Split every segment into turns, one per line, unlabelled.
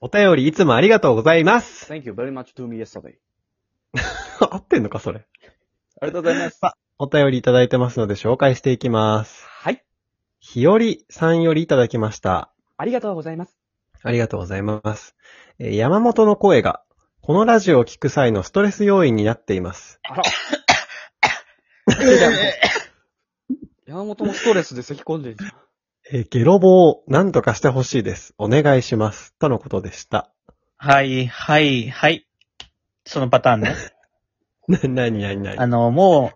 お便りいつもありがとうございます。
Thank you very much to me yesterday.
合ってんのか、それ。
ありがとうござい ます。
お便りいただいてますので紹介していきます。
はい。
ひよりさんよりいただきました。
ありがとうございます。
ありがとうございます。えー山本の声が、このラジオを聞く際のストレス要因になっています。
あ ら。山本もストレスで咳込んでるじゃん。
えーゲロ棒を何とかしてほしいです。お願いします。とのことでした。
はい、はい、はい。そのパターンね。
な、なになにな
あ
に
の、も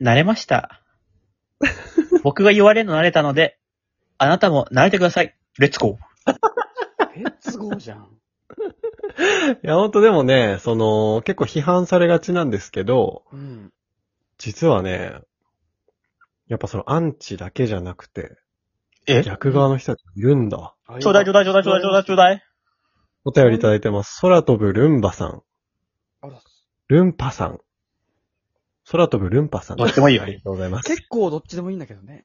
う、慣れました。僕が言われるの慣れたので、あなたも慣れてください。レッツゴ
え、都合じゃん。
山本でもね、その、結構批判されがちなんですけど、
うん。
実はね、やっぱそのアンチだけじゃなくて、
え
逆側の人たちいるんだ。
ー。ちょうだいちょうだいちょうだいちょうだいちょうだいちょうだい。
お便りいただいてます。空飛ぶルンバさん。
あら
ルンパさん。空飛ぶルンパさん。
どっちでもいいよ
ありがとうございます。
結構どっちでもいいんだけどね。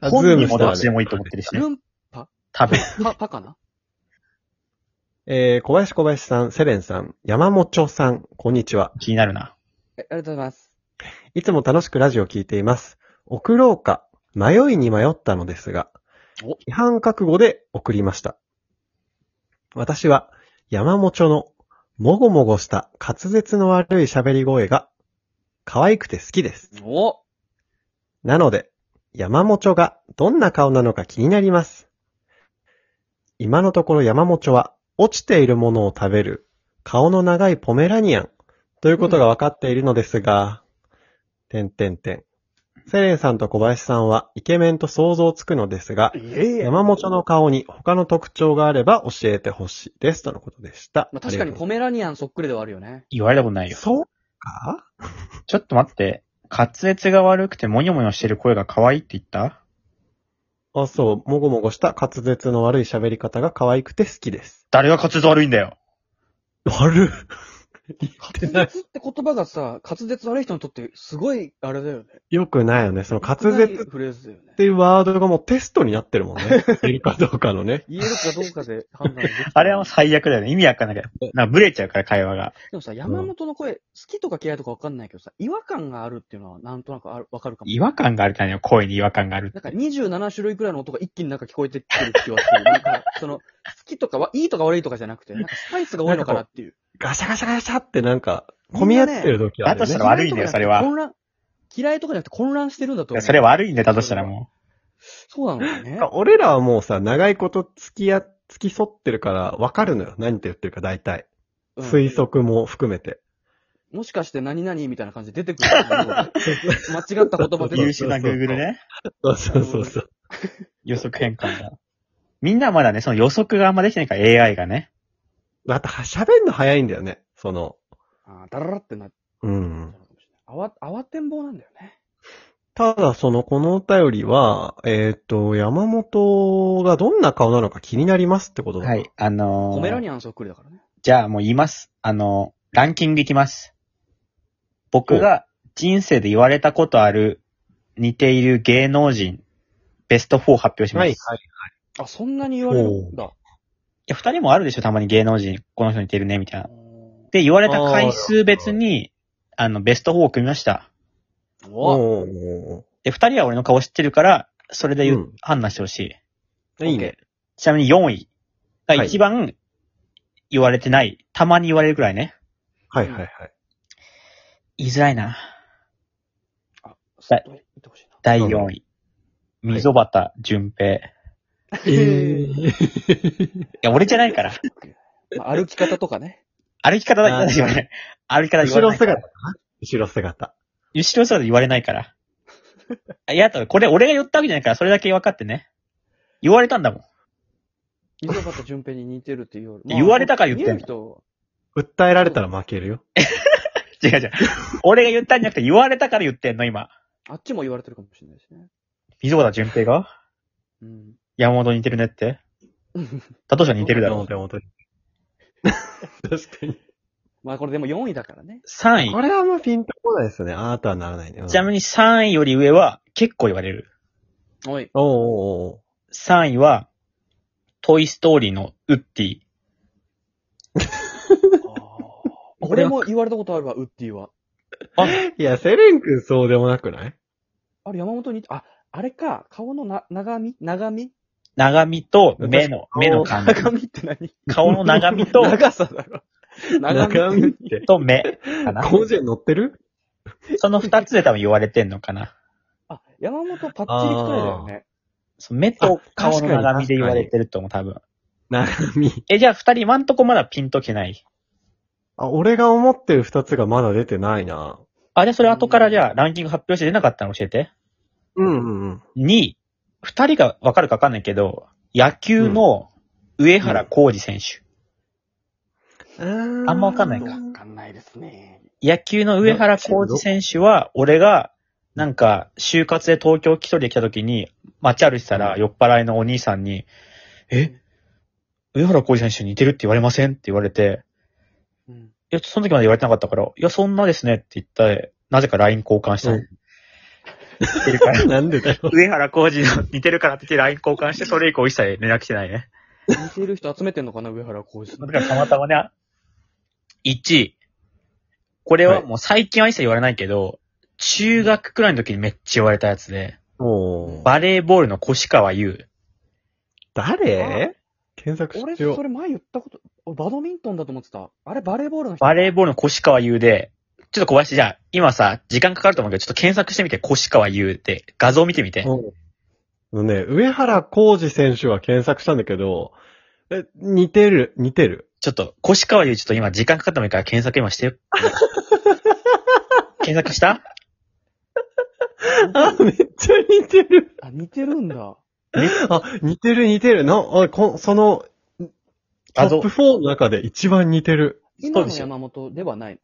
あ
本人も
た
ど
ら
っ
ね
ちでもいいと思ってるしね
ル。ン
多分。
パ、パかな
えー、小林小林さん、セレンさん、山本さん、こんにちは。
気になるな。
え、ありがとうございます。
いつも楽しくラジオを聞いています。送ろうか、迷いに迷ったのですが
お、
違反覚悟で送りました。私は、山本の、もごもごした滑舌の悪い喋り声が、可愛くて好きです。
お
なので、山本がどんな顔なのか気になります。今のところ山本は落ちているものを食べる顔の長いポメラニアンということが分かっているのですが、てんてんてん。セレンさんと小林さんはイケメンと想像つくのですが、
いえいえ。
山本の顔に他の特徴があれば教えてほしいです。とのことでした。
まあ、確かにポ
メ
メラニアンそっくりではあるよ ね。
言われたことないよ。
そうか
ちょっと待って。滑舌が悪くてモニョモニョしてる声が可愛いって言った
あ、そう。もごもごした滑舌の悪い喋り方が可愛くて好きです。
誰が滑舌悪いんだよ。
悪っ
滑舌って言葉がさ、滑舌悪い人にとってすごい、あれだよね。
よくないよね。その滑
良くな
舌
い
っ
フレーズだよね。
ていうワードがもうテストになってるもんね。いるかどうかのね。
言えるかどうかで判断できる
あれはもう最悪だよね。意味わかんないけど。なんかブレちゃうから会話が。
でもさ、山本の声、好きとか嫌いとかわかんないけどさ、違和感があるっていうのはなんとなくあるわかるかも。
違和感があるって何よ。声に違和感がある
なん
っ
か
て。
27種類くらいの音が一気になんか聞こえてくる気はする。なんか、その、好きとかは、いいとか悪いとかじゃなくて、なんかスパイスが多いのかなっていう。
ガシャガシャガシャってなんか、混み合ってる時あるよ
みん
ね
なね。悪いんだよそれは
混乱、嫌いとかじゃなくて混乱してるんだと思
いや
う。
それ悪いんだよ。だとしたらも
そうなのよね
なん。か俺らはもうさ、長いこと付き合、付き添ってるから分かるのよ。何て言ってるか大体。
うん
推測も含めて。
もしかして何々みたいな感じで出てくる。間違っ た言葉
う。
出
優
て
秀
く
な
る。
そうそうそうそう
Google ね。
そうそうそう。
予測変換が。みんなはまだね、その予測があんまできてないから AI がね。
また喋んの早いんだよね。その、
あー、だららってなっち
う
ゃうんか。もしれない。あわ、慌てんぼうなんだよね。
ただその、このお便りは、えっ、と、山本がどんな顔なのか気になりますってことだ。
はい。。あのー
ポメラニアンそっくりだからね。
じゃあもう言います。あのーランキングいきます。僕が人生で言われたことある似ている芸能人、ベスト4発表します。、
はいい
い。
あ、そんなに言われるんだ。
や、二人もあるでしょ、たまに芸能人、この人似てるね、みたいな。
お
で、言われた回数別に、あの、ベスト4を組みました。
ーお
おーお
で、二人は俺の顔知ってるから、それで言う、
うん
判断してほしい。
ーいいね。
ちなみに4位が
はい
一番言われてない,、たまに言われるくらいね。
はいはいはい。
言いづらいな。
さっと言ってほしいな。
第4位。
ん
溝端淳平。い、
え
や、俺じゃない から。
まあ歩き方とかね。
歩き方だ
あー
けだよね。歩き方言わ
後
れ
ろ
ないから
姿。かな後ろ姿。
後ろ姿言われないから。あ いや、あと、これ俺が言ったわけじゃないから、それだけ分かってね。言われたんだもん。
溝端淳平に似てるって言われ
言われたから言ってんの
見る人
訴えられたら負けるよ。
違う違う。俺が言ったんじゃなくて、言われたから言ってんの、今。
あっちも言われてるかもしれないしね。
溝端淳平が
うん。
山本似てるね って。だとしたら似てるだろ
本当に本 当に確かに。
まあこれでも4位だからね。
3位
こ。れはあんまピンとこないですね。あーとはならないね。うん
ちなみに3位より上は結構言われる。
おい。
おーおーお
3位は、トイストーリーのウッディ。
俺も言われたことあるわ、ウッディは。
いや、セレン君そうでもなくない
あれ、山本に、あ、あれか、顔のな、長み長み
長みと目の、目の感じ。
長みって何
顔の長み と、
長さだろ。長み。
て。
と目かな。
工事に乗ってる
その二つで多分言われてんのかな。
あ、山本パッチリ太いだよね。
そう目と顔の長みで言われてると思う、多分。
長み。
え、じゃあ二人今んとこまだピンときない。
あ、俺が思ってる二つがまだ出てないな。
あ、じゃあそれ後からじゃあランキング発表して出なかったの教えて。
うんうんうん。
2位、二人がわかるかわかんないけど、野球の上原浩二選手。
あ
あんまわかんない
わ
か
かんないですね。
野球の上原浩二選手は、俺が、なんか、就活で東京一人で来た時に、街歩いてたら酔っ払いのお兄さんに、え上原浩二選手に似てるって言われませんって言われて、
うん。
いや、その時まで言われてなかったから、いや、そんなですねって言ったなぜか LINE 交換 したの。
うん。
似てるか ら
なんでだろう。
上原浩二の似てるからって言って LINE 交換して、それ以降一切連絡してないね。
似てる人集めてんのかな、上原浩二
だからたまたまね、1位。これはもう最近は一切言われないけど、中学くらいの時にめっちゃ言われたやつで、
もう、
バレーボールの越川優。
誰検索
俺、
しよ。
そうれ前言ったこと、俺バドミントンだと思ってた。あれ、バレーボールの人。
バレーボールの越川優で、ちょっと小林じゃあ、今さ、時間かかると思うけど、ちょっと検索してみて、越川優って、画像見てみて。
うんね、上原浩二選手は検索したんだけど、え、似てる、似てる。
ちょっと、越川優ちょっと今時間かかってもいいから検索今し てよ。検索した
あ、めっちゃ似てる。
あ、似てるんだ。
あ、似てる似てる。な、あ、こ、その、ト
画像
ップ4の中で一番似てる。
今
そうで
の
すよ
山本ではない。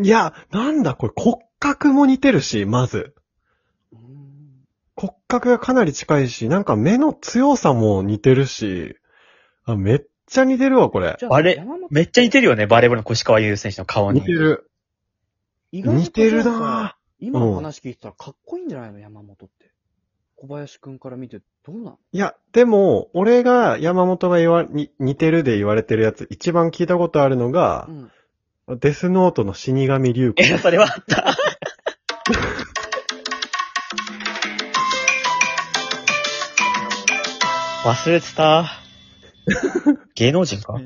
いや、なんだこれ骨格も似てるし、まず。
うん
骨格がかなり近いし、なんか目の強さも似てるし、あ、めっちゃ似てるわ、これ。
じゃ
あれ
山本
めっちゃ似てるよね、バレーボールの越川優選手の顔に。
似てる。
意外と
似てるな
今の話聞いてたらかっこいいんじゃないの山本って。小林くんから見て、どうなの
いや、でも、俺が山本が言わ、に似てるで言われてるやつ、一番聞いたことあるのが
う、ん。
デスノートの死神竜子。
え、それはあった。 忘れてた。芸能人か